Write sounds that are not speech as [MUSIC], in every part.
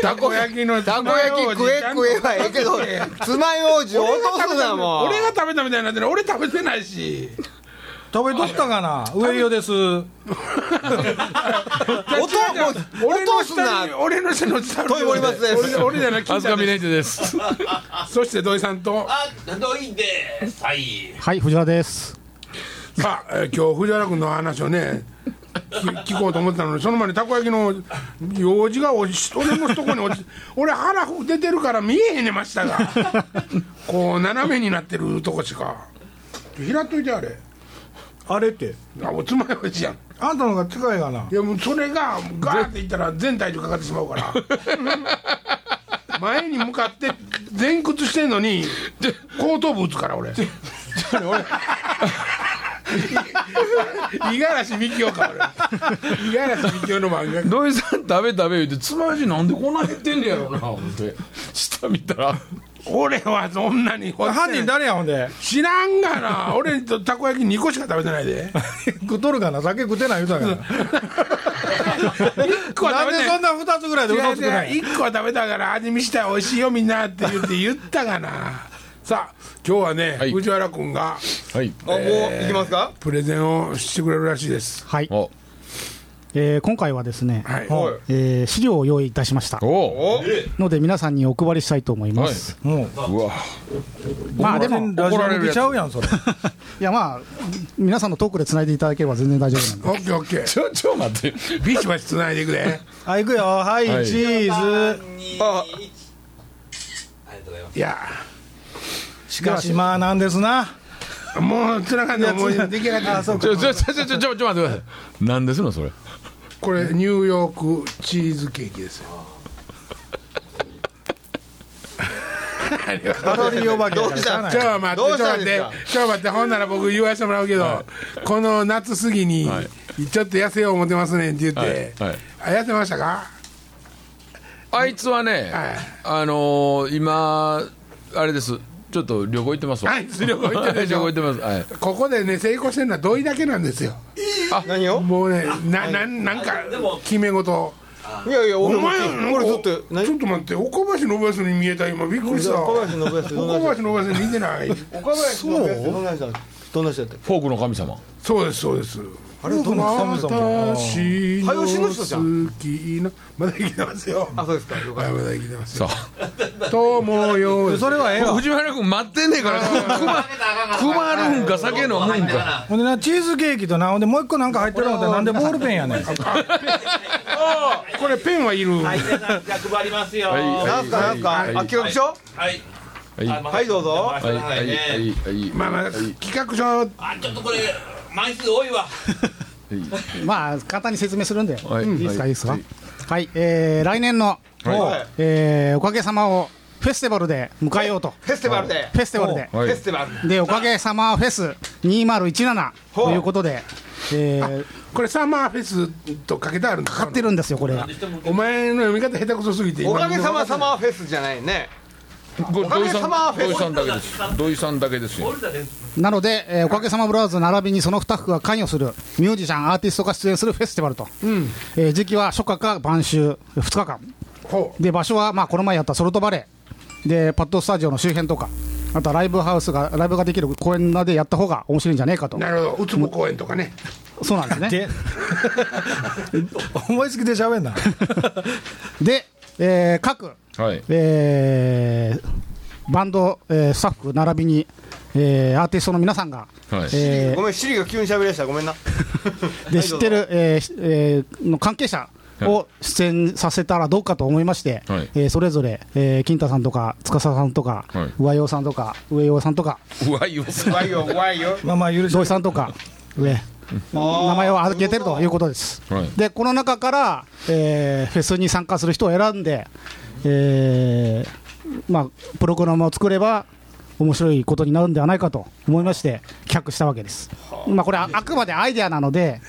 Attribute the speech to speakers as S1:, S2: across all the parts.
S1: たこ焼きの
S2: [LAUGHS] たこ焼き食え食えはえ
S1: [LAUGHS]
S2: えけど爪楊枝を落とすなもん
S1: 俺が食べたみたいになってる俺食べてないし
S3: 食べとったかな上与です
S1: 音
S2: 落とすな
S1: [LAUGHS] 俺の下に落ちた
S2: トイボリマスです
S1: 俺俺じゃない
S4: アズカミネイ
S1: 金
S4: テです。
S1: ちゃん [LAUGHS] そして土井さんと
S5: あどいですはい
S6: はい藤原です
S1: さあ、えー今日藤原君の話をねき聞こうと思ってたのにその前にたこ焼きの用事がおし俺のとこに落ち [LAUGHS] 俺腹出てるから見えへんねま
S2: [LAUGHS]
S1: したがこう斜めになってるとこしか平っといてあれ
S3: あれって
S1: あおつまようじやん
S3: あんたの方が近いかない
S1: やもうそれがガーっていったら全体重かかってしまうから前に向かって前屈してんのに後頭部打つから俺五十嵐美樹か俺五十嵐美樹の漫画
S4: 土井さん食べ食べ言って、つまようじなんでこんな減ってんねやろな、思って。下見たら、
S1: 俺はそんなに掘ってない
S3: 犯人誰やほんで
S1: 知らんがな俺とたこ焼き2個しか食べてないで
S3: 食っとるかな酒食ってない言うた [LAUGHS] か
S1: 1個
S3: ら
S1: は
S3: な
S1: 食べてない
S3: んでそんな2つぐらいで嘘つくない
S1: 違う違う1個は食べたから味見したら美味しいよみんなって言って言ったがな [LAUGHS] さあ今日はね、
S4: はい
S1: 藤原君が
S4: はい。
S2: あもういきますか
S1: プレゼンをしてくれるらしいです
S6: はい、
S4: お、
S6: えー今回はですね、
S1: はい、
S3: は
S6: えー資料を用意いたしました
S4: お
S6: ので皆さんにお配りしたいと思います、
S3: もう
S4: うわ。
S6: まあでも
S3: 全然ラジオ向きちゃうやんそ [LAUGHS] れ
S6: いやまあ皆さんのトークでつないでいただければ全然大丈夫なんで
S1: オッケーオッケー
S4: ちょ、ちょ、待って。
S1: ビシバシつないでいくで
S3: はい行くよはい、
S4: はい
S3: チーズ
S2: あ
S1: いや
S3: しかしまあなんですな
S1: もうつながんでもう出来上がってる
S4: ちょ、ちょ、ちょ、ちょ、ちょ、ちょ、ちょ、待ってください。何ですの、それ。
S1: これニューヨークチーズケーキですよ
S3: カロリーお化け
S2: ど
S3: や
S2: う
S3: から
S2: し
S3: しゃあ
S2: た
S3: なんい
S1: ちょっと待
S2: どう
S1: っ
S2: して
S1: ちょっと待ってちょっ
S2: たんですか
S1: と待ってほんなら僕言わせてもらうけど、この夏過ぎに、
S4: はい
S1: ちょっと痩せよう思ってますねんって言って、
S4: はいはい
S1: あ痩せましたか
S4: あいつはね、
S1: はい
S4: あのー、今、あれです。ちょっと旅行行ってますわ。
S1: はい旅行行ってるでし
S4: 旅
S1: ょ
S4: 行行ってます。はい。
S1: ここでね成功してるのは土井だけなんですよ
S2: 何を
S1: もうねなななんか決め事
S2: いやいや
S1: お
S2: 俺も
S1: 前
S2: 俺ず
S1: ず
S2: っと
S1: ちょっと待って岡林信康に見えた今びっくりした
S2: 岡
S1: 岡
S2: 林信康どんな
S1: 林
S2: 人
S1: 信康に似てない
S2: 岡林信康どんな人だどんな人だったっ
S4: フォークの神様。
S1: そうですそうです
S3: あれどんな寒さもん
S1: 私の
S2: 早押しの人じゃ
S1: 好きなまだ生きてますよ
S2: けあそうですかよか
S1: はい
S2: っ
S1: まだ生きてますよ
S4: さあ。
S1: 友よ
S3: それはええわ
S4: 藤原君待ってんねえから、配るんか酒飲むんか。
S3: ほんでなチーズケーキとなほんでもう一個なんか入ってるのってなんでボールペンやねん
S1: これペンはいる
S5: はい皆さんじゃあ配りますよ
S4: は
S5: はいい
S2: たなんすかなんすかあ
S1: はい
S2: 企画書
S5: はい
S4: はい。はい。
S2: はいどうぞ
S5: はい
S4: はい。
S5: は
S4: はいい。はい。はい。
S1: まあまあ企画書
S5: あちょっとこれ枚数多いわ
S6: すまあ簡単に説明するんで、
S4: はい
S6: い、いですか、
S4: はい
S6: い、いですかはい、えー来年の、
S4: は
S6: えーおかげさまをフェスティバルで迎えようと、
S2: フェスティバルで
S6: フェスティバルで
S4: い。
S2: フ
S4: は
S2: ェ
S4: い
S2: ス。ティバル
S6: でおかげさまフェス2017ということで、えー
S1: これサマーフェスとかけてあるんです
S6: 買ってるんですよこれが
S1: お前の読み方下手くそすぎて
S2: おかげさま
S1: 今
S2: サマーフェスじゃないね
S4: お
S2: かげさまフェス
S4: 土井さんだけです。土井さんだけですよ。
S6: なので、えーおかげさまブラウズ並びにそのスタッフが関与するミュージシャン、アーティストが出演するフェスティバルと、えー時期は初夏か晩秋2日間
S1: ほ
S6: で、場所はまあこの前やったソルトバレーで、パッドスタジオの周辺とか、あとはライブハウスが、ライブができる公園なでやった方が面白いんじゃねえかと
S1: う、なるほどうつぼ公園とかね
S6: そうなんですね。
S3: で [LAUGHS] 思いつきで喋んな
S6: で、えー各、
S4: はい。
S6: えーバンド、えースタッフ並びに、えーアーティストの皆さんが、
S4: はい
S6: えー
S2: ごめんシリが急に喋りだしたごめんな
S6: [LAUGHS] で知ってる、えーしえーの関係者を出演させたらどうかと思いまして、
S4: はい
S6: えーそれぞれ、えー金太さんとか司さんとか、
S4: はい
S6: 上陽さんとか上陽さんとか
S4: うわ、よさ
S2: 怖いよ怖いよ
S3: まあまあ許して
S6: 土井さんとか、上 [LAUGHS] 名前を挙げてるということです。
S4: はい。
S6: でこの中から、えーフェスに参加する人を選んで、えーまあ、プログラムを作れば面白いことになるんではないかと思いまして企画したわけです、まあ、これはあくまでアイデアなので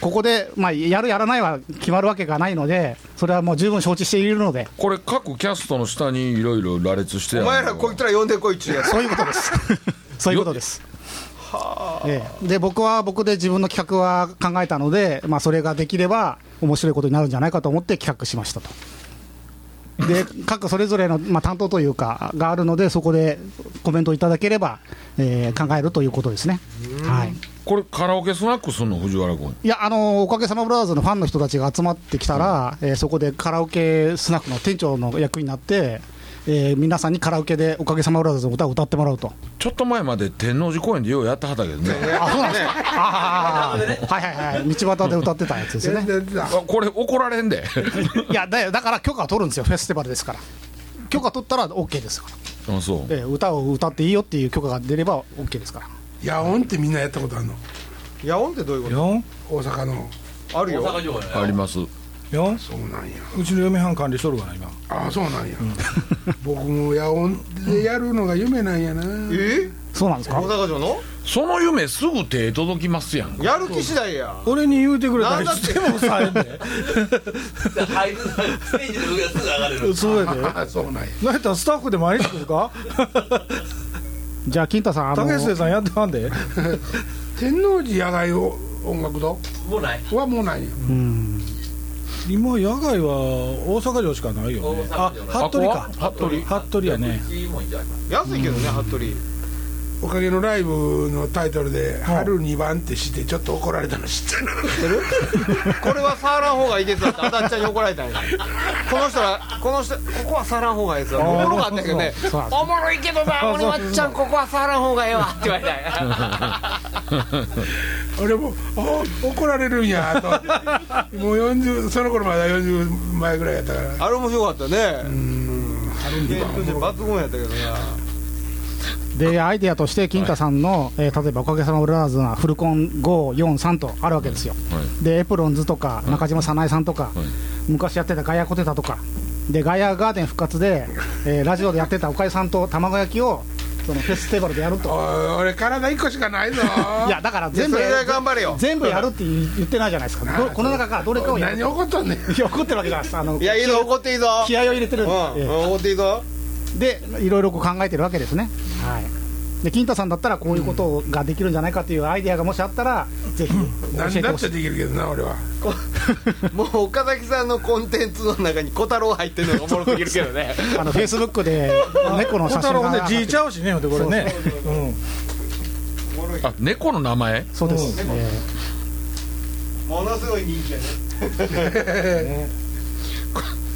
S6: ここで、まあ、やるやらないは決まるわけがないのでそれはもう十分承知しているので
S4: これ各キャストの下にいろいろ羅列してあ
S2: お
S4: る
S2: 前らこいつら呼んでこいっ
S6: [LAUGHS]
S2: ちゅうやつ
S6: そういうことですそういうことですええで僕は僕で自分の企画は考えたので、まあ、それができれば面白いことになるんじゃないかと思って企画しましたと。で各それぞれの、まあ、担当というか、があるので、そこでコメントいただければ、えー考えるということですね。はい、
S4: これカラオケスナックすんの藤原君
S6: いや、あのおかげさまブラザーズのファンの人たちが集まってきたら、えーそこでカラオケスナックの店長の役になって、えー皆さんにカラオケでおかげさまブラザーズの歌を歌ってもらうと。
S4: ちょっと前まで天王寺公園でようやってはったけどね
S6: あ、そうなんですか。あーはいはいはい。道端で歌ってたやつですよ
S1: [LAUGHS] 全
S6: ね。
S1: 然だ
S4: あこれ怒ら
S2: [LAUGHS]
S4: れんで
S6: いや、だよだから許可を取るんですよ、フェスティバルですから。許可取ったら OK ですから、
S4: あそう
S6: えー歌を歌っていいよっていう許可が出れば OK ですから。
S1: 野音ってみんなやったことあるの
S2: 野音ってどういうこ
S3: よ
S1: 大阪の
S2: とある
S5: 大
S2: よ
S5: 阪城や
S4: あります
S3: よ
S1: そうなんや
S3: うちの嫁はん管理しとるから今
S1: ああそうなんや、僕も野音でやるのが夢なんやな
S2: え
S6: そうなんです
S2: 大
S6: か
S2: 阪城の
S4: その夢すぐ手届きますやん
S2: やる気次第や
S3: 俺に言うてくれた
S2: な
S3: ら
S2: ん
S3: い
S2: だって
S3: つでもさえんで
S5: で入るステージの上がすぐ上がれる
S3: そうやで
S1: ああそうなんや
S3: なんやったらスタッフで毎日来るか
S6: じゃあ、金太さん、あの
S3: 竹末さんやってはんで
S1: 天王寺野外を音楽堂
S5: もうない
S1: はもうないや
S6: うん
S3: 今野外は大阪城しかないよね
S5: 大
S3: あ
S5: 阪城
S3: 服部か
S4: あここは服部
S3: 服部やね
S5: いいもんじゃあ
S2: 安いけどね服部
S1: おかげのライブのタイトルで「春2番」ってしてちょっと怒られたの知ってる
S2: これは触らん方がいいですだってあたっちゃんに怒られたんやこの人らこの人ここは触らん方がいいですよおもろかったけどね
S6: そうなんです
S2: おもろいけどな俺はっちゃんここは触らん方がええわって言われたんや
S1: 俺もあ怒られるんやともう40その頃まだ40前ぐらいやったから
S2: あれ面白かったね
S1: うん春
S2: い
S1: 2
S2: や
S1: 番
S2: 抜群やったけどね
S6: でアイデアとして金太さんの、えー例えば「おかげさまブラザーズ」なフルコン543とあるわけですよ、でエプロンズとか中島早苗さんとか、昔やってたガヤコテタとかでガヤガーデン復活で、えーラジオでやってたおかゆさんと卵焼きをそのフェスティバルでやると
S1: おい俺体1個しかないぞ
S6: いやだから
S2: 全
S6: 全
S2: 部そ
S6: 部
S2: れぐらい頑張れよ
S6: 全部やるって言ってないじゃないですかどこの中からどれかをやる
S1: 何怒っとんねん
S6: いや怒ってるわけじゃないですあの
S2: いやいいぞ怒っていいぞ
S6: 気合を入れてるん
S2: う
S6: で、
S2: ん
S6: え
S2: うん
S6: ー
S2: 怒っていいぞ
S6: でいろいろこう考えてるわけですね、はい、で金太さんだったらこういうことができるんじゃないかというアイデアがもしあったら、ぜひ教え
S1: 何
S6: て
S1: だ
S6: ほ
S1: っ
S6: しい
S1: てできるけどな俺は
S2: もう岡崎さんのコンテンツの中に小太郎入ってるのがおもろすぎるけどね
S6: あのフェイスブックで猫の
S3: 小
S6: 写
S3: 太
S6: 真
S3: 郎
S6: が
S3: ねじいちゃうしねほんでこれねうん
S4: あ猫の名前
S6: そうです、え
S2: [LAUGHS] ものすごい人気やね
S6: [LAUGHS]
S2: [LAUGHS]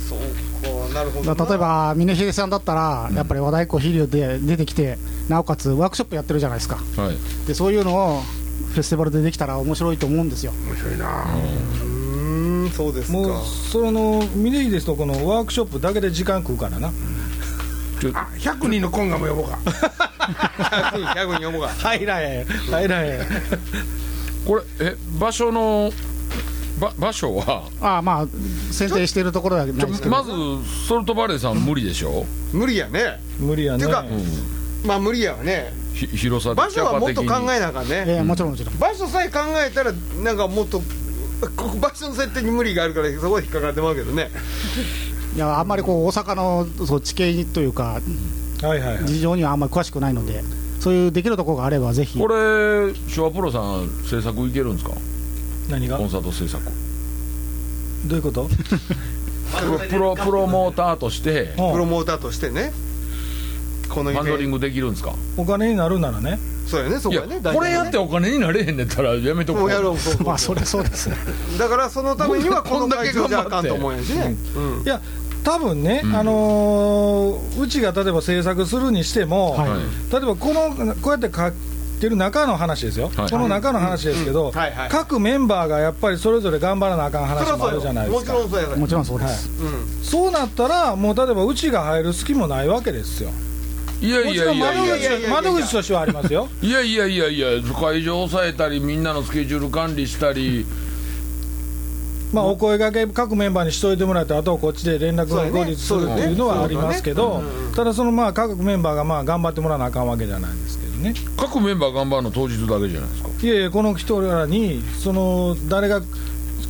S2: そうかなるほど
S6: ーだ例えば峰秀さんだったら、やっぱり和太鼓飛龍で出てきてなおかつワークショップやってるじゃないですか
S4: はい
S6: でそういうのをフェスティバルでできたら面白いと思うんですよ
S1: 面白いな
S2: うーんそうですか
S3: もうその峰秀とこのワークショップだけで時間食うからな
S1: あ100人のコンガも呼ぼうか
S2: 100に思うが
S3: 入らへん入らへん
S4: これえ場所のば場所は
S6: ああまあ選定しているところはない
S4: ちょ
S6: ですけど、
S4: まずソルトバレーさん無理でしょ、
S2: 無理やね
S3: 無理やね
S2: てか
S4: うん、
S2: まあ無理やわね
S4: ひ広さ
S2: 場所はもっと考
S4: え
S2: えなあかんね
S6: えーもちろんもちろん
S2: 場所さえ考えたらなんかもっとここ場所の設定に無理があるからそこで引っかかってまうけどね
S6: いやあんまりこう大阪のそう地形というか
S3: はいはいはい
S6: 事情にはあんまり詳しくないので、そういうできるところがあれば、ぜひ、
S4: これ昭和プロさん制作いけるんですか
S3: 何が
S4: コンサート制作
S3: どういうこと
S4: プロプロプロモーターとして
S2: プロ
S3: うん
S2: モーターとしてねこのイ
S4: ハンド
S2: ベ
S4: リ
S2: ン
S4: ン
S2: ト
S4: グできるんですか
S3: お金になるならね
S2: そうやねそ
S4: い
S2: こや
S4: や
S2: ね大事
S4: こ
S2: な
S4: れ
S2: ね
S4: やってお金になれへんねったらやめとこ
S2: も
S4: う
S2: うやろうそうそう
S6: まあ、それそうですね、
S2: だからそのためにはこの会場じゃあかんと思うんやしね、
S3: いや多分ね、あのーうちが例えば制作するにしても、
S6: はい
S3: 例えばこのこうやって書ってる中の話ですよ、
S4: はい
S3: この中の話ですけど、
S2: んはいはい
S3: 各メンバーがやっぱりそれぞれ頑張らなあかん
S2: そり
S3: 話
S2: ゃ
S3: もある
S2: そう
S3: じゃ
S2: や
S3: ないで
S2: も
S3: す
S2: ち
S3: か
S2: ろんそうやで、
S6: もちろんそうです、
S2: うん
S3: そうなったらもう例えばうちが入る隙もないわけですよ
S4: いや
S3: も
S4: い
S3: ち
S4: や
S3: ろ
S4: い
S3: ん
S4: や
S3: 窓
S4: いや
S2: いやいやいやいや
S3: 口窓口としてはありますよ
S4: いやいやいやいや会場抑えたりみんなのスケジュール管理したり
S3: まあお声掛け各メンバーにしといてもらってあとはこっちで連絡
S2: そう
S3: が
S2: やね
S3: 後日するっていうのはありますけど、ただそのまあ各メンバーがまあ頑張ってもらわなあかんわけじゃないですけどね
S4: 各メンバー頑張るの当日だけじゃないですか
S3: いやいやこの人らにその誰が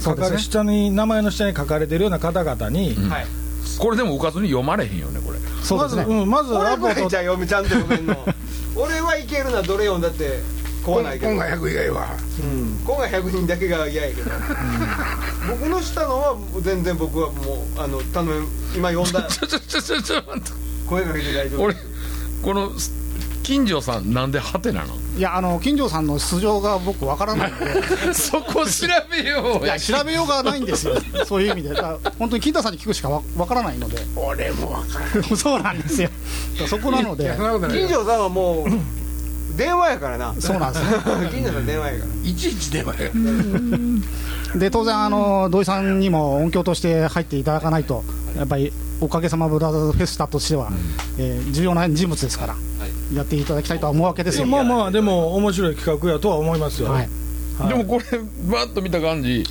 S3: 書
S6: う
S3: か
S6: です
S3: れ、
S6: ね
S3: 下に名前の下に書かれてるような方々に、
S2: はい
S4: これでもうかずに読まれへんよねこれ
S6: そう
S3: ま
S6: です
S3: ず、
S6: ね、
S3: うん、まず
S2: 俺
S3: ラ
S2: ぐ
S3: ポ
S2: らい
S3: ー
S2: じ
S3: ト
S2: ゃん嫁ちゃんとごめんの俺はいけるなどれ読んだってこはないけど
S1: 今回100以外は
S2: 今回100人だけが嫌やけど、僕のしたのは全然僕はもうあの頼む今呼 [LAUGHS] んだ
S4: ちょちょちょちょちょ待って
S2: 声かけて大丈夫
S4: 俺この金城さんなんでハテなの
S6: いやあの金城さんの素性が僕わからないので
S4: そこ調べよう
S6: いや調べようがないんですよそういう意味でだから本当に金太さんに聞くしかわわからないので [LAUGHS]
S1: 俺も分からん
S6: そうなんですよだからそこなの
S1: いや
S6: で
S1: そんなことない
S2: 金
S1: よ
S2: 城さんはもう電話やからな
S6: そうなんですね
S2: 金城さん電話やか
S1: いちいち出前
S6: で当然あの土井さんにも音響として入っていただかないとやっぱりおかげさまブラザーズフェスタとしては、えー重要な人物ですから、やっていただきたいとは思うわけですよ、
S3: まあまあでも面白い企画やとは思いますよ、
S6: はい、
S4: でもこれバッと見た感じ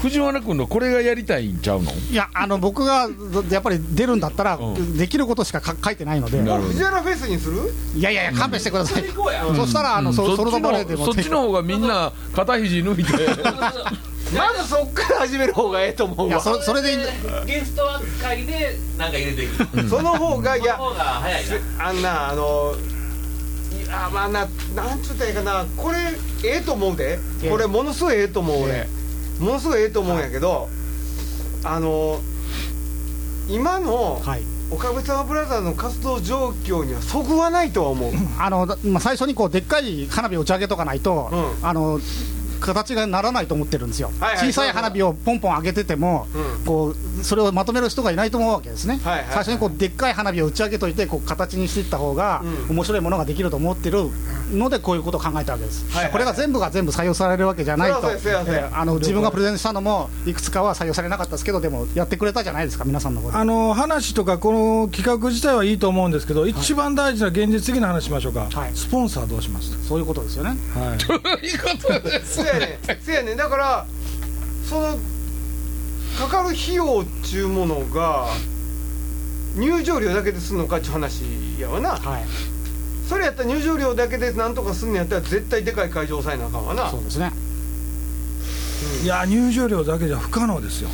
S4: 藤原君のこれがやりたいんちゃうの
S6: いやあの僕がどやっぱり出るんだったら、
S4: うん
S6: できることしかか書いてないので
S4: なる
S2: ら
S4: ほ
S2: 藤原フェスにする
S6: いやいやいや勘弁してください、
S5: 行こうや
S6: そしたらあの、
S4: ど
S6: そ
S4: そ
S6: ソルトバレー
S4: っ
S6: で
S4: ちの
S6: も
S4: そっちの方がみんな肩肘抜いて
S2: まずそっから始める方がええと思う
S6: いや
S2: わ
S6: そそれでいいんだ
S5: ゲスト扱いでなんか入れていく
S2: その方がい
S5: その
S2: や
S5: 方が早いな
S2: あんなあのいやまあななんつったらいいかなこれええと思うで
S6: ええ
S2: これものすごいええと思う俺
S6: え
S2: ものすごいええと思うんやけどあの今の
S6: はい
S2: おかげさまブラザーズの活動状況にはそぐわないとは思う
S6: あのだまあ、最初にこうでっかい花火を打ち上げとかないと、
S2: う
S6: あの形がならないと思ってるんですよ、
S2: はいはい
S6: 小さい花火をポンポン上げてても、
S2: う
S6: こうそれをまとめる人がいないと思うわけですね、
S2: はいはいはい
S6: 最初にこうでっかい花火を打ち上げといてこう形にしていった方が、
S2: うん
S6: 面白いものができると思ってるのでこういうことを考えたわけです、
S2: はいはい
S6: これが全部が全部採用されるわけじゃないと、
S2: そうですそうです
S6: えーあの自分がプレゼンしたのもいくつかは採用されなかったですけどでもやってくれたじゃないですか皆さんのこと
S3: あの話とかこの企画自体はいいと思うんですけど一番大事な現実的な話しましょうか、
S6: はい
S3: スポンサーどうします
S6: そういうことですよね
S3: はい
S4: いいことです
S2: せやねん
S6: [LAUGHS]
S2: せやねんだからそのかかる費用っちゅうものが入場料だけですんのかっちゅう話やわな
S6: はい
S2: それやったら入場料だけでなんとかすんのやったら絶対でかい会場抑えなあかんわな
S6: そうですね
S3: [LAUGHS] いや入場料だけじゃ不可能ですよ、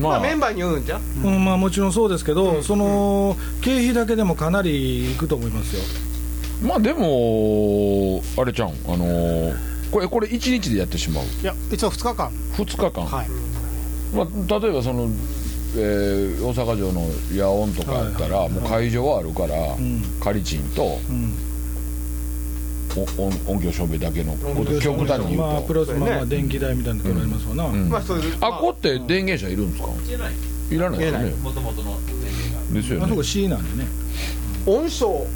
S2: ま
S4: ま
S2: あメン
S4: あ
S2: バーに言うんじゃん
S3: うんまあ、もちろんそうですけど、その経費だけでもかなりいくと思いますよ
S4: まあでもあれちゃんあのーこれこれ1日でやってしまう
S6: いや一応2日間
S4: 2日間、
S6: はい
S4: まあ、例えばその、えー大阪城の野音とかやったら、もう会場はあるから、
S3: ん
S4: 仮賃と
S3: うん
S4: お音音響証明だけのこ
S2: 音
S4: と極端に言うと、
S3: まあ、プラスまあまあ
S2: そう
S3: 電気代みたいなところありますわな、
S4: うん
S2: まあそういう
S4: あここって電源車いるんですか
S5: じゃない
S4: いらないですよ
S2: いら
S4: ね
S5: もともとの宣言が
S4: ですよ
S3: あそ
S4: ね
S3: こ C なんでね
S2: 音章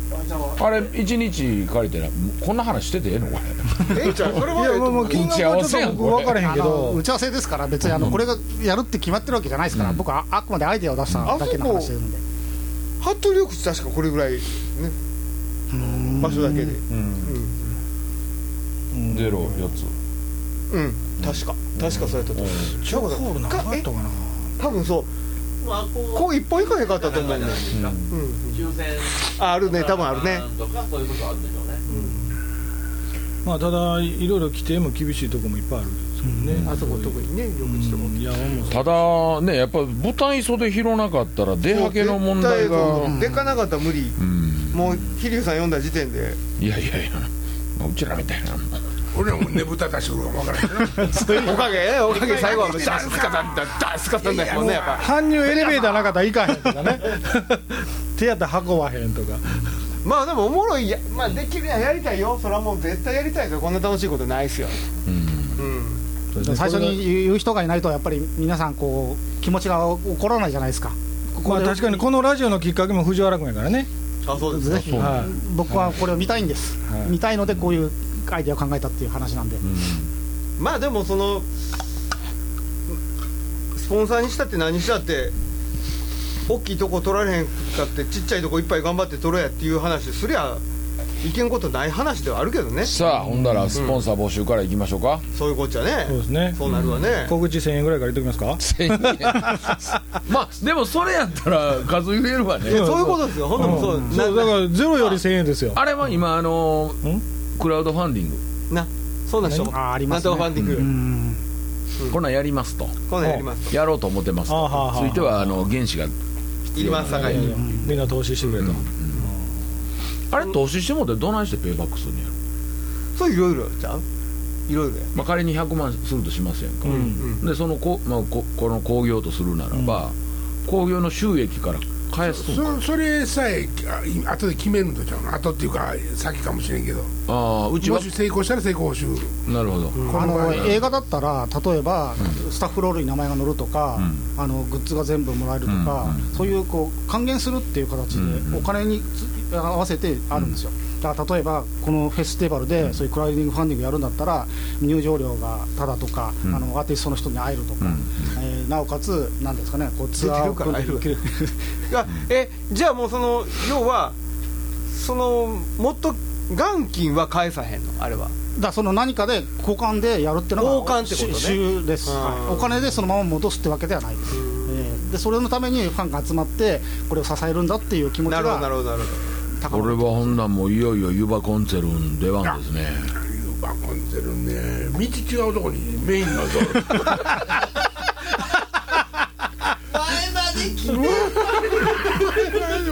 S4: あれ1日借りてなこんな話しててええのこ
S2: ええちゃんそれ
S3: い
S2: はええ
S3: や
S2: と
S3: まあま
S2: 思
S3: あ
S2: う
S3: 金額はちょっと僕分からへん
S6: あ
S3: け
S6: の
S3: ど
S6: 打ち合わせですから別にあのこれがやるって決まってるわけじゃないですから、僕はあくまでアイデアを出しただけの話なんで、
S2: 服部緑地確かこれぐらいね場所だけで
S4: れゼロ4つ
S2: うん確か確かそうやったと思うちょう
S3: ホールなかったかな
S2: 多分そう
S5: まあこう
S2: こう一本行かへんかったと思うね
S5: なんかじゃないですか
S2: うん
S5: 抽選
S2: ああるね多分あるね
S5: とかそういうことあるんでしょうね
S3: まあただいろいろ規定も厳しいところもいっぱいあるんですけどね、
S2: あそこ特にね緑地とか
S3: うんいやもう
S4: ただねやっぱ舞台袖拾わなかったら出はけの問題が
S2: 絶対でかなかったら無理
S4: うん
S2: もう桐生さん読んだ時点で
S4: いやいやいやうちらみたいな
S1: 俺らもねぶた出してくるかも分からへん
S2: おかげねおかげ最後はダ
S1: ダン
S2: ス
S1: ス
S2: カ
S1: カ
S2: さ
S1: さ
S2: ん
S1: ん
S2: だダスカさんだもんねやっぱ
S3: 搬入エレベーターなかったらいかへんとか [LAUGHS] ね手やったら運ばへんとか
S2: まあでもおもろいやまあできるやんやりたいよそれはもう絶対やりたいですよこんな楽しいことないっすようん
S6: 最初に言う人がいないとやっぱり皆さんこう気持ちが起こらないじゃないですかこ
S3: ま
S6: こ
S3: あ
S6: で
S3: 確かにこのラジオのきっかけも藤原君やからね、
S2: あそうです
S6: ぜひ
S4: そう
S3: は
S6: 僕はこれを見たいんです、
S3: はい
S6: 見たいのでこういうアイデアを考えたっていう話なんで、
S2: まあでもそのスポンサーにしたって何したって大きいとこ取られへんかってちっちゃいとこいっぱい頑張って取ろうやっていう話すりゃいけんことない話ではあるけどね
S4: さあほんだらスポンサー募集からいきましょうか、
S2: そういうこっちゃ
S3: そうで
S2: ね
S3: すね
S2: そうなるわね
S3: 小口1000円ぐらいから言っときますか
S4: まあでもそれやったら数増えるわね
S2: いやそういうことですよほんともそう
S3: うん
S2: な
S3: そうだからゼロより1000円ですよ
S4: あれは今あのー
S3: ん
S4: クラウドファンディング
S2: なそうなんでしょ
S6: 何ああり
S2: な
S6: ま
S2: ん
S6: すね
S2: とかファンディング、
S6: うん
S4: こんなんやりますと
S2: こんなんやりますと
S4: やろうと思ってます
S3: あーはー
S4: と
S3: はーは
S4: つ
S3: ー
S4: いてはあの原資が
S2: いりますさかいに
S3: みんな投資してくれと、
S4: あれ投資してもってどないしてペイバックするんのやろ
S2: そういろいろじゃんいろいろや
S4: まあ、仮に100万するとしますやんか、
S2: ん
S4: でそのこ、まあ、ここの興行とするならば、興行の収益から返すと
S1: そそれさえあ後で決めるんとちゃうの後っていうか先かもしれんけど
S4: ああうちは
S1: もし成功したら成功報酬
S4: なるほど、
S1: こ
S6: あ
S1: の場合
S6: の映画だったら、例えばスタッフロールに名前が載るとか、あのグッズが全部もらえるとか、そういうこう還元するっていう形
S4: うん
S6: で、お金につ合わせてあるんですよ、だから例えばこのフェスティバルで、そういうクラウディングファンディングやるんだったら、入場料がただとか、あ
S4: ん
S6: のアーティストの人に会えるとか、えーなおかつ、なんですかね、こうツアーを組んでいける、
S2: あえじゃあもうその要はそのもっと元金は返さへんのあれは
S6: だからその何かで交換でやるっていうのが
S2: 交換ってことね
S6: し主です、
S2: うん
S6: はいお金でそのまま戻すってわけではないです、ええでそれのためにファンが集まってこれを支えるんだっていう気持ち
S2: なるほどな
S6: が
S2: るほどなるほ
S6: 高
S4: こ
S6: ま
S4: れ
S6: る
S4: はほんなんもういよいよ湯葉コンツェルン出番ですね
S1: バコンてるね道違うとこにメインの像
S5: 前まで来て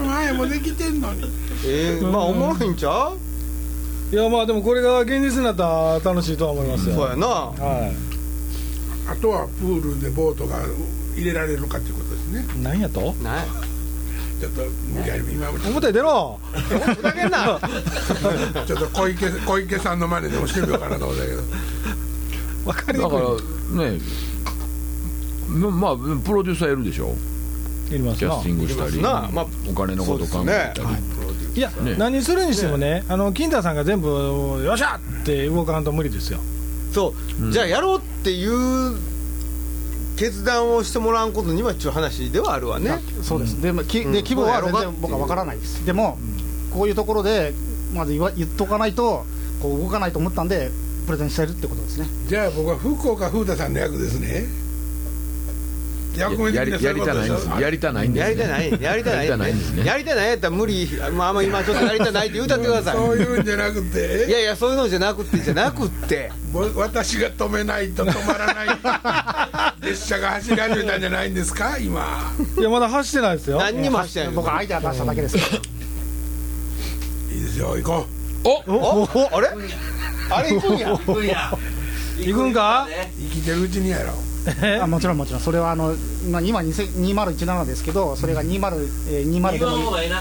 S1: 前もできてんのに
S2: どえー、まあおもろいんちゃう、
S3: いやまあでもこれが現実になったら楽しいとは思いますよ、
S2: そうやな
S3: は
S1: あとはプールでボートが入れられるかっていうことですね
S3: い、なんやと
S2: な
S1: ちょっと無理やり今
S3: 表出ろ
S2: ふざけんな
S1: ちょっと小池小池さんの真似でもしてみようかなと思ったけど
S3: わか
S4: だ
S3: りに
S4: か
S3: くい
S4: らねままあプロデューサーいるでしょ
S3: いります
S4: キャ
S3: な
S4: スティングしたり、
S2: なまあ
S4: お金のこと考えたり、
S3: いや、
S4: ね
S3: 何するにしてもねあの金田さんが全部よっしゃって動かんと無理ですよ
S2: そう、じゃあやろうっていう決断をしてもらうことには一応話ではあるわね
S6: そうです、でまあき
S2: ん
S6: で規模は全
S2: どうやろうかっていう
S6: 然僕は分からないですでも、こういうところでまず言わ言っとかないとこう動かないと思ったんでプレゼンしてるってことですね
S1: じゃあ僕は福岡風太さんの役ですね役目
S4: や
S1: 的に
S4: り
S1: はそう
S4: や
S1: いう
S4: り
S1: こと
S4: たな
S1: でしょ
S4: いんですやりたないんです
S2: やりたないやりたない
S4: やりたないんですね
S2: やりたないやったら無理あまあまあ今ちょっとやりたないって言うたってください
S1: そういうんじゃなく
S2: い
S1: て
S2: やいやそういうのじゃなくてじゃなくって
S1: ぼ私が止めないと止まら [LAUGHS] ない列車が走り始めたんじゃないんですか今
S3: いやまだ走ってないですよ
S2: 何にもしてない
S6: 僕はアイデア出しただけですから
S1: いいですよ行こ
S2: おあれあれ行くんや
S5: 行くんや
S3: 行くんか
S1: う生きてるうちにやろう
S6: あもちろんもちろんそれはあの今今2017ですけどそれが2020
S5: 行
S6: で
S5: くの
S6: もいい
S5: 方がいいな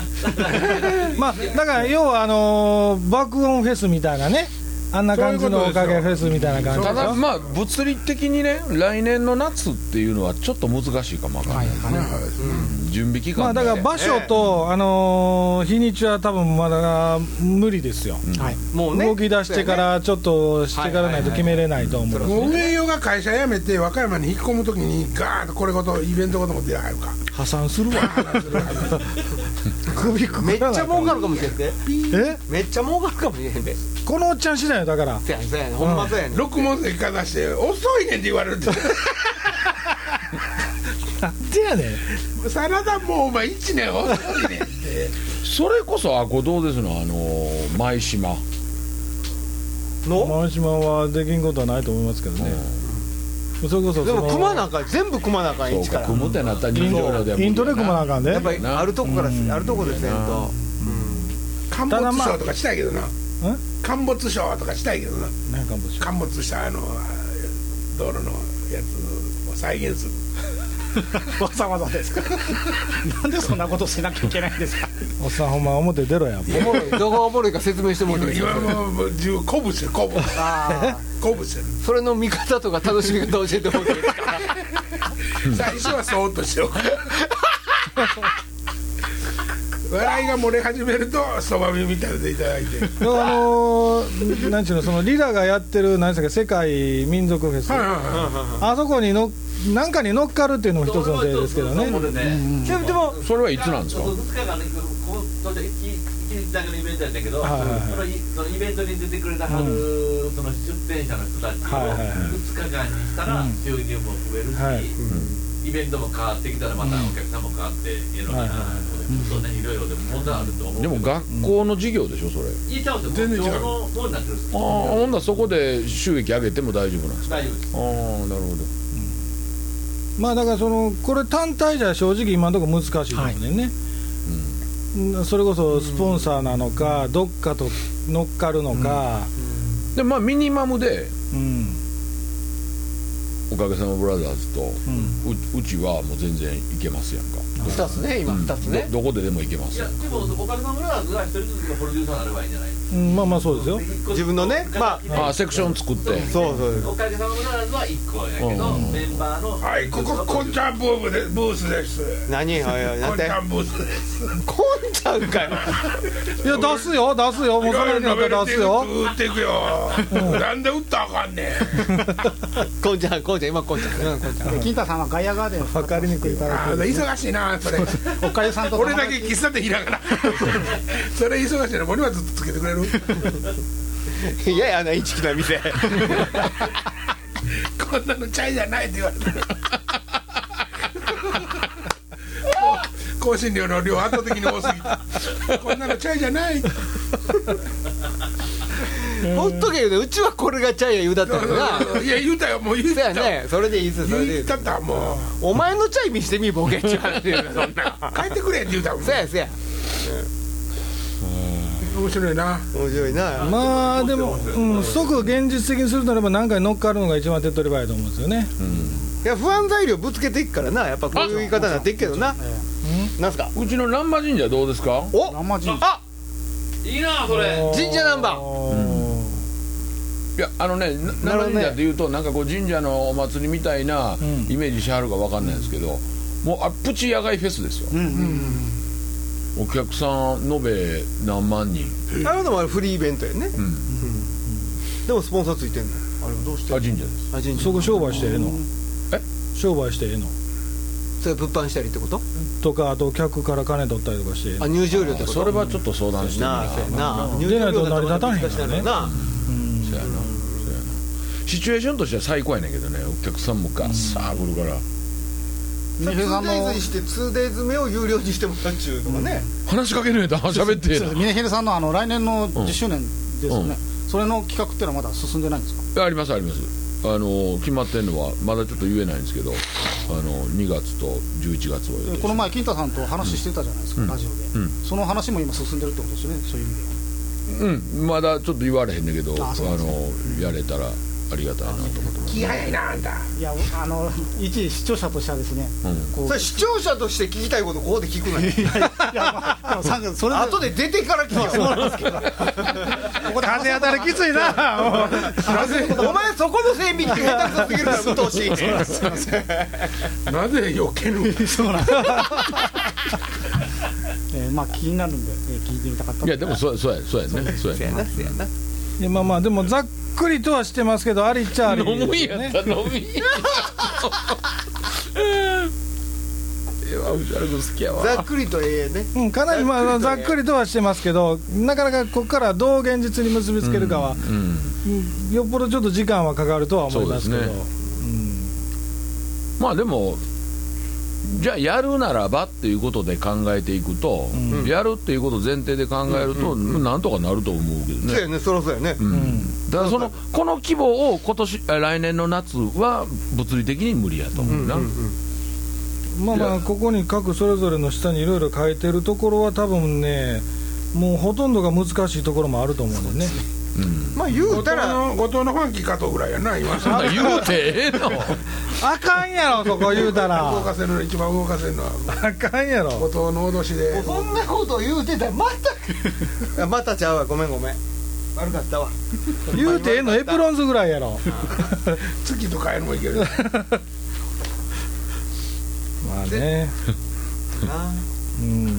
S3: まあだから要はあのー爆音フェスみたいなねあんな感じのおかげフェスみたいな感じ
S4: た
S3: でし
S4: だ
S3: ょ
S4: まあ物理的にね来年の夏っていうのはちょっと難しいかもわかんない、準備期間
S3: まあだから場所と、あのー日にちは多分まだ無理ですよ、
S6: はい
S2: もうね
S3: 動き出してからちょっとしてからないと決めれないと思う、
S1: もう上与が会社辞めて和歌山に引っ込むときにガーッとこれごとイベントごと持って入るか
S3: 破産するわ首く
S2: めっちゃ儲かるかもしれんで
S3: え
S2: めっちゃ儲かるかもしれんで
S3: このおっちゃん次第よだから
S2: せやねんせやねんほんまそうやねん
S1: 六問席か出して遅いねんって言われるって
S3: なんでやねん
S1: サラダもうお前1年 [LAUGHS] 遅いねんって
S4: それこそあこどうですのあのー舞島
S2: の
S3: 満島はできんことはないと思いますけどね、それこそ
S2: で
S3: その
S2: も組まなあかん全部組まなあかん
S4: そう
S2: 一か
S4: から組むってなったら入場料で
S3: イントレ組まなあかんで、
S2: やっぱり
S4: な
S2: あるとこからあるとこでせんと
S1: 陥
S3: ただ
S1: 没
S3: まあ
S1: 賞とかしたいけどな陥没賞とかしたいけどな
S3: なんかもし
S1: 陥没したあの道路のやつを再現する
S6: わざわざですかなんでそんなことしなきゃいけないんですか
S3: おっさんほんま表出ろや
S2: おもろいどこがおもろいか説明してもらっていいです
S1: 今
S2: か
S1: もう自分鼓舞してる鼓舞 [LAUGHS] 鼓舞してる
S2: それの見方とか楽しみ方教えてもらっていいですか
S1: 最初はそーっとしておく笑いが漏れ始めるとそばみみたいのでいただいて
S3: あのー、なんちゅうのそのリラがやってる何でしたっけ世界民族フェス、
S1: はいはいは
S3: あそこにのなんかに乗っかるっていうのも一つの手
S5: そう
S3: ですけどね
S5: そうそう
S2: でもでも
S4: それはいつなんですか
S5: そう二日間ねここ一日だけのイベントやったけど、
S3: はいはいはい
S5: そのいそのイベントに出てくれたはる、その出店者の人たちを
S3: はいはいはい
S5: 2日間にしたら収入も増えるし、
S3: はい
S5: イベントも変わってきたらまたお客さんも変わっていろんなそうねいろいろでも問題あると思う
S4: でも学校の授業でしょそれ
S5: 言っちゃうんですよ
S1: 全然違う
S5: もうもうなってるんです
S4: ああほんならそこで収益上げても大丈夫なんですか
S5: 大丈夫です
S4: ああなるほど
S3: まあだからそのこれ単体じゃ正直今のところ難しいですね、うんそれこそスポンサーなのか、どっかと乗っかるのか、
S4: でまあミニマムで
S3: うん
S4: おかげさまブラザーズと、ううちはもう全然行けますやんか、
S2: 2つね今
S4: うん
S2: 2つね
S4: どどこででも行けま
S5: い
S4: す
S5: や
S4: よ
S5: でもおかげさまでは一人ずつがプロデューサーになればいいんじゃない
S3: うんまあまあそうですよ
S2: 自分のねま
S4: あセクション作って
S2: そうそう
S5: おかげさまでは一個やけど、メンバーの
S1: はいこここんちゃんブームでブースです
S2: 何おいおいな
S1: こ
S2: ん
S1: んち
S2: て
S1: ゃんブースです
S2: こんちゃんかよ
S3: いや出すよ出すよもうそれになったら出すよ
S1: 売っていくよなんで売ったらあかんねん
S2: こんちゃんこんちゃん今こんちゃんうんこんちゃん
S6: 金太さんは外野側で
S3: わかりにくいから
S1: あー忙しいなそれ
S6: おかゆさんと
S1: 俺だけ喫茶店開かなそれ忙しいな森はずっとつけてくれる
S2: [LAUGHS] いやいやな一気な店
S1: [LAUGHS] こんなのチャイじゃないって言われてるこう香辛料の量圧倒的に多すぎてこんなのチャイじゃないって
S2: ほっとけよねうちはこれがチャイや言うだったよない
S1: や言うたよもう言う
S2: そ
S1: た
S2: やねそれでいいですそれでい
S1: 言っ
S2: いです
S1: たったもう
S2: お前のチャイ見してみボケちゃうっていうそんな
S1: 帰ってくれって言うたもん
S2: そやそや
S1: 面白いな
S2: 面白いな
S3: まあでも、うん、即現実的にするならば何かに乗っかるのが一番手っ取り早いと思うんですよね
S2: いや不安材料ぶつけていくからなやっぱこういう言い方になっていくけどななんすか
S4: うちの難波神社どうですか
S2: お
S6: あんま人
S2: あ
S5: いいなそれ
S2: 神社ナンバー
S4: いやあのねな
S2: なる
S4: 奈
S2: ほどね
S4: 良神社っていうとなんかこう神社のお祭りみたいな
S3: うん
S4: イメージしはるかわかんないですけど、もうあプチ野外フェスですよ、お客さん延べ何万人
S2: あれのもあれフリーイベントやね
S4: ん
S2: うんでもスポンサーついてんのあれどうし
S4: あ
S2: て
S4: 神社です
S2: あ神社
S3: そこ商売してええの
S4: え
S3: 商売してええの
S2: それ物販したりってこと
S3: とかあと客から金取ったりとかしてええの
S2: あ入場料ってこと
S4: それはちょっと相談してみ
S2: なあ
S4: な
S2: そうやな入
S3: 出ないと
S2: だ
S3: 成り立たへん
S2: 難しい
S3: からね
S2: だろうな
S4: そうやなそうやなシチュエーションとしては最高やねんけどねお客さんもガッサー来るから、
S2: 2 days にして 2days 目を有料にしてもらうっちゅうのがね
S4: 話しかけねえと喋ってえ
S6: そうです峰秀さんのあの来年の10周年ですよ
S4: うんう
S6: ね、それの企画っていうのはまだ進んでないんですか、
S4: なありますありますあの決まってんのはまだちょっと言えないんですけどあの2月と11月を予定して
S6: この前、金太さんと話してたじゃないですか、ラジオで、
S4: うん
S6: その話も今、進んでるってことですよね、そういう意味では。
S4: うん、まだちょっと言われへんねんけど、あ
S6: あそうなんです
S4: のやれたらありがたいなと思ってます。
S1: 気早いなあんた
S6: いやあの一視聴者としてはですね、
S4: うん
S6: こう
S2: それ視聴者として聞きたいことここで聞くのよ
S6: いやまあでもさそれ
S2: 後で出てから聞けよ
S3: 風当たりきついな
S2: お前そこの線引きが下手くそすぎるから鬱陶しい
S1: なぜ避ける
S6: でそうなんです、えーまあ気になるんで、えー聞いてみたかった
S4: いやでもそうそうやそうやねそうやね。
S2: なせやない
S3: やまあまあでもざっくりとはしてますけどありっちゃあり
S4: 飲む
S3: です
S4: ん
S3: よ
S4: や
S3: ね
S4: ったら飲み。えわ藤原君好きやわ。
S2: ざっくりとええね
S3: うん、かなりまあざ
S2: ざっ
S3: っ
S2: くりとね
S3: くりとはしてますけどなかなかここからどう現実に結びつけるかは、
S4: うん。
S3: うんよっぽどちょっと時間はかかるとは思いますけど
S4: そうですまあでも。じゃあやるならばっていうことで考えていくと、
S3: うん
S4: やるっていうことを前提で考えると、なんとかなると思うけどね。
S2: そうやねそろそろや
S1: [LAUGHS]
S2: ね
S4: うん、だからそのこの規模を今年あ来年の夏は物理的に無理やと思うな、
S3: まあま
S4: い
S3: あ
S4: や
S3: ここに各それぞれの下にいろいろ書いてるところは多分ねもうほとんどが難しいところもあると思うんでね
S2: まあ言
S1: 後
S2: う
S1: 藤
S2: たら
S1: の後藤のファンキー加藤ぐらいやな今そん
S4: そん
S2: [LAUGHS]
S1: な
S4: なん言うてええの
S3: あかんやろそこ言うたら
S1: 動かせるの一番動かせるのは
S3: あかんや
S1: 後 [LAUGHS]
S3: ろ
S1: 藤の脅し
S2: [LAUGHS]
S1: で
S2: そんなこと言うてたらまたあまたちゃうわごめんごめん悪かったわ
S3: 言うてええのエプロンズぐらいやろ
S1: 月と変えるもいける
S3: まあね
S2: な
S3: うん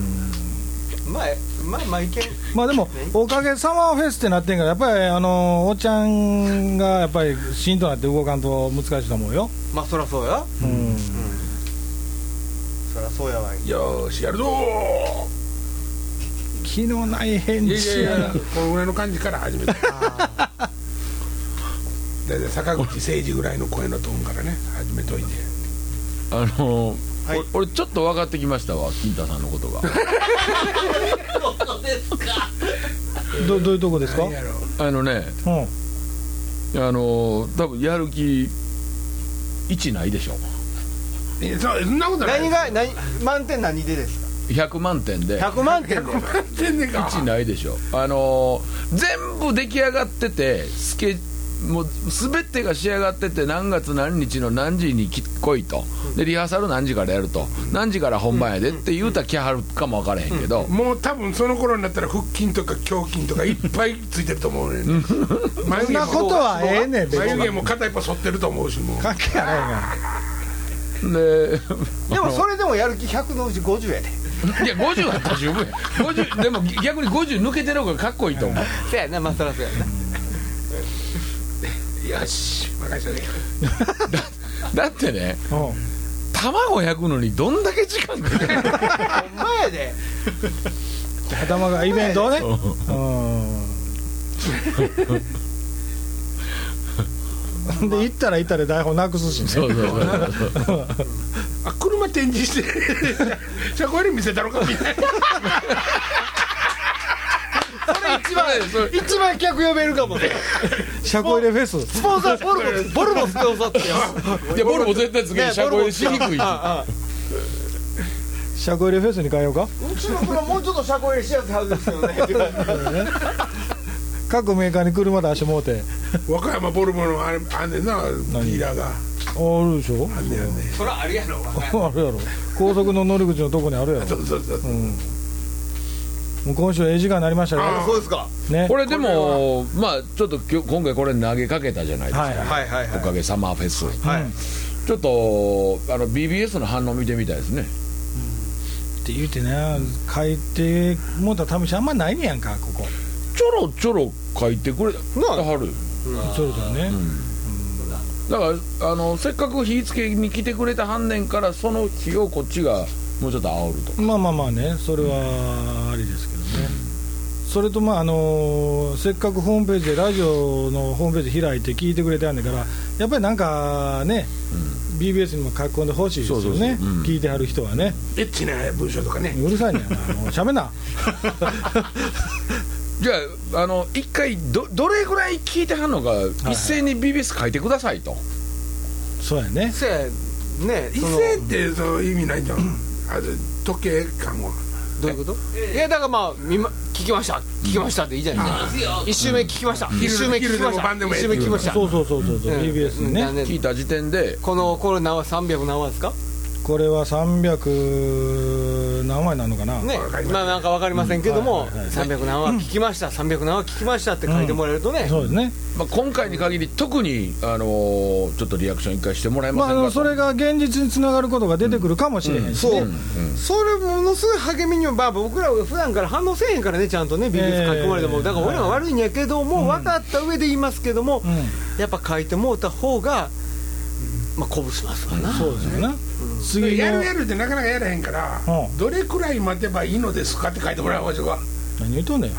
S2: まあまあまあいけん
S3: まあでもおかげさまフェスってなってんからやっぱりあのおっちゃんがやっぱり芯となって動かんと難しいと思うよ
S2: まあそらそうや
S3: うん
S2: そらそうやわい
S1: よーしやるぞ
S3: 気のない返
S1: ーい
S3: 事
S1: やいやいやこのぐらいの感じから始め
S3: [LAUGHS]
S1: た大体坂口誠二ぐらいの声のトーンからね始めといて
S4: あの
S2: はい
S4: お俺ちょっと分かってきましたわ金太さんのことが
S5: そうですか
S3: どどういうとこですか、
S1: 何やろう
S4: あのね
S3: うん
S4: あの多分やる気一ないでしょ
S1: いやそそんなことない
S2: 何が何満点何でですか
S4: 100万点で
S2: 100万点で
S1: 全然か
S4: 1ないでしょあのー全部出来上がっててスケもう全てが仕上がってて何月何日の何時に来来いとでリハーサル何時からやると何時から本番やでって言うたら来はるかも分からへんけど、
S1: もう多分その頃になったら腹筋とか胸筋とかいっぱいついてると思うね
S3: [LAUGHS]
S1: 眉
S3: そんなことはええねん別に
S1: 眉毛も肩いっぱい反ってると思うしもう
S3: 関係ないが
S4: で
S2: [LAUGHS] でもそれでもやる気100のうち50やで
S4: いや50はったら十分や50でも逆に50抜けてる方がかっこいいと思う
S2: せやなまあそらそうやな
S1: よし任せて
S4: だってね
S3: うん
S4: 卵焼くのにどんだけ時間かかる
S2: ほんまやで
S3: 頭がイベントをねうんで行ったら行ったで台本なくすし
S4: [LAUGHS]
S3: ね
S4: そうそうそう
S1: あ車展示して車庫入れ見せたのかみたいな
S2: 一番一番客呼べるかもね
S3: 車庫入れフェス
S2: スポンサーボルボボルボスポンサーってよ
S4: いやボルボ絶対つけて
S2: ね
S4: 車庫入れしにくいし
S2: ああ
S3: 車庫入れフェスに変えようか
S2: うちの車もうちょっと車庫入れしやすいはずですけどね
S3: 各メーカーに車出してもうて
S1: 和歌山ボルボのあれあんねんなディーラーが
S3: あるでしょ [LAUGHS]
S1: あんねんあんねん
S2: そらあるやろ
S3: あるやろ高速の乗り口のとこにあるやろ
S1: そうそうそう
S3: もう今週ええ時間になりました
S1: あ
S3: よ
S2: そうですか
S3: ね
S4: これでもまあちょっと今日今回これ投げかけたじゃないですか、
S3: はいはい
S2: はいはい
S4: おかげサマーフェス、
S2: はい
S4: ちょっとあの BBS の反応見てみたいですね
S3: って言うてね書いてもうた試しあんまないねやんかここ
S4: ちょろちょろ書いてくれてはる
S3: そうだね
S4: だからあのせっかく火付けに来てくれた反年からその日をこっちがもうちょっと煽ると
S3: まあまあまあねそれはありですけどねそれとまああのせっかくホームページでラジオのホームページ開いて聞いてくれてあんねんからやっぱりなんかね BBS にも書き込んでほしいですよ
S4: そうそうそう
S3: ね聞いてはる人はね
S1: エッチな文章とかね
S3: うるさいねんなもう喋んな
S4: じゃああの一回どどれぐらい聞いてはんのか、一斉に BBS 書いてくださいと
S3: そうやね
S2: せやね
S1: 異
S2: その
S1: 性ってその意味ないじゃんあの時計感は
S2: どういうこといやだからまあ見ま聞きました聞きましたっていいじゃないですか一周目聞きました一周目聞きました
S1: 昼でも昼でも晩でも
S2: 一周目聞きました
S3: そうそうそうそうそう
S2: うん
S3: BBS に
S2: う
S3: ね
S2: ん
S4: 聞いた時点で
S2: このこれ何話300何話ですか
S3: これは300何枚なのかな
S2: ね
S1: わかりました
S2: まあなんかわかりませんけども300何話聞きました300何話聞きましたって書いてもらえるとね
S3: そうですね
S4: まあ、今回に限り特に、あのーちょっとリアクション一回してもらえま
S3: まあ
S4: せ
S3: あ
S4: んかと、
S3: のそれが現実につながることが出てくるかもしれへんしね
S2: そうそれものすごい励みにもまあ僕らは普段から反応せえへんからねちゃんとね BBS 書き込まれてもだから俺らは悪いんやけども分かった上で言いますけども
S3: ん
S2: やっぱ書いてもうた方がまあ鼓舞しますわな
S3: そうですよね次
S1: や
S3: の
S1: るやるってなかなかやらへんから
S3: うん
S1: どれくらい待てばいいのですかって書いてもらうわしは
S3: 何言うとんねん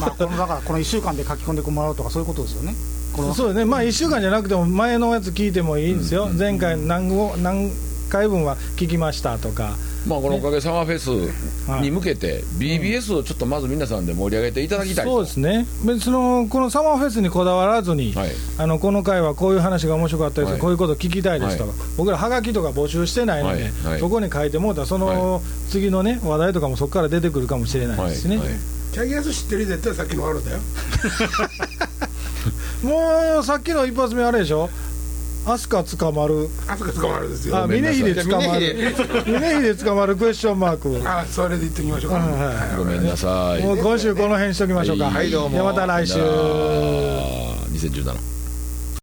S6: まあ、このだからこの1週間で書き込んでもらうとかそういうことですよねこの
S3: そうね、まあ1週間じゃなくても前のやつ聞いてもいいんですよ、前回何語何回分は聞きましたとか、
S4: まあ、このおかげさまフェスに向けて、BBS をちょっとまず皆さんで盛り上げていただきたいと、
S3: そうですね、別のこのサマーフェスにこだわらずに、
S4: はい
S3: あのこの回はこういう話が面白かったです、
S4: はい
S3: こういうこと聞きたいですとか、僕らはがきとか募集してないので、
S4: はいはい
S3: そこに書いてもうたら、その次の、ね、話題とかもそこから出てくるかもしれない
S4: は
S3: で
S4: い
S3: すね、
S4: はい
S1: チャギアス知ってる絶対さっきのあるんだよ
S3: もうさっきの一発目、あれでしょ、飛鳥捕まる、
S1: あそこ捕まるんです
S3: あ
S1: よ
S4: めんな
S3: 峰
S4: さい
S3: 秀捕まる、峰秀捕まるクエスチョンマーク。
S1: あそれで言っておきましょうか
S3: うんはい
S4: ごめんなさい
S3: もう今週この辺にしときましょうか。
S4: はい
S3: ではまた来週。
S4: 2017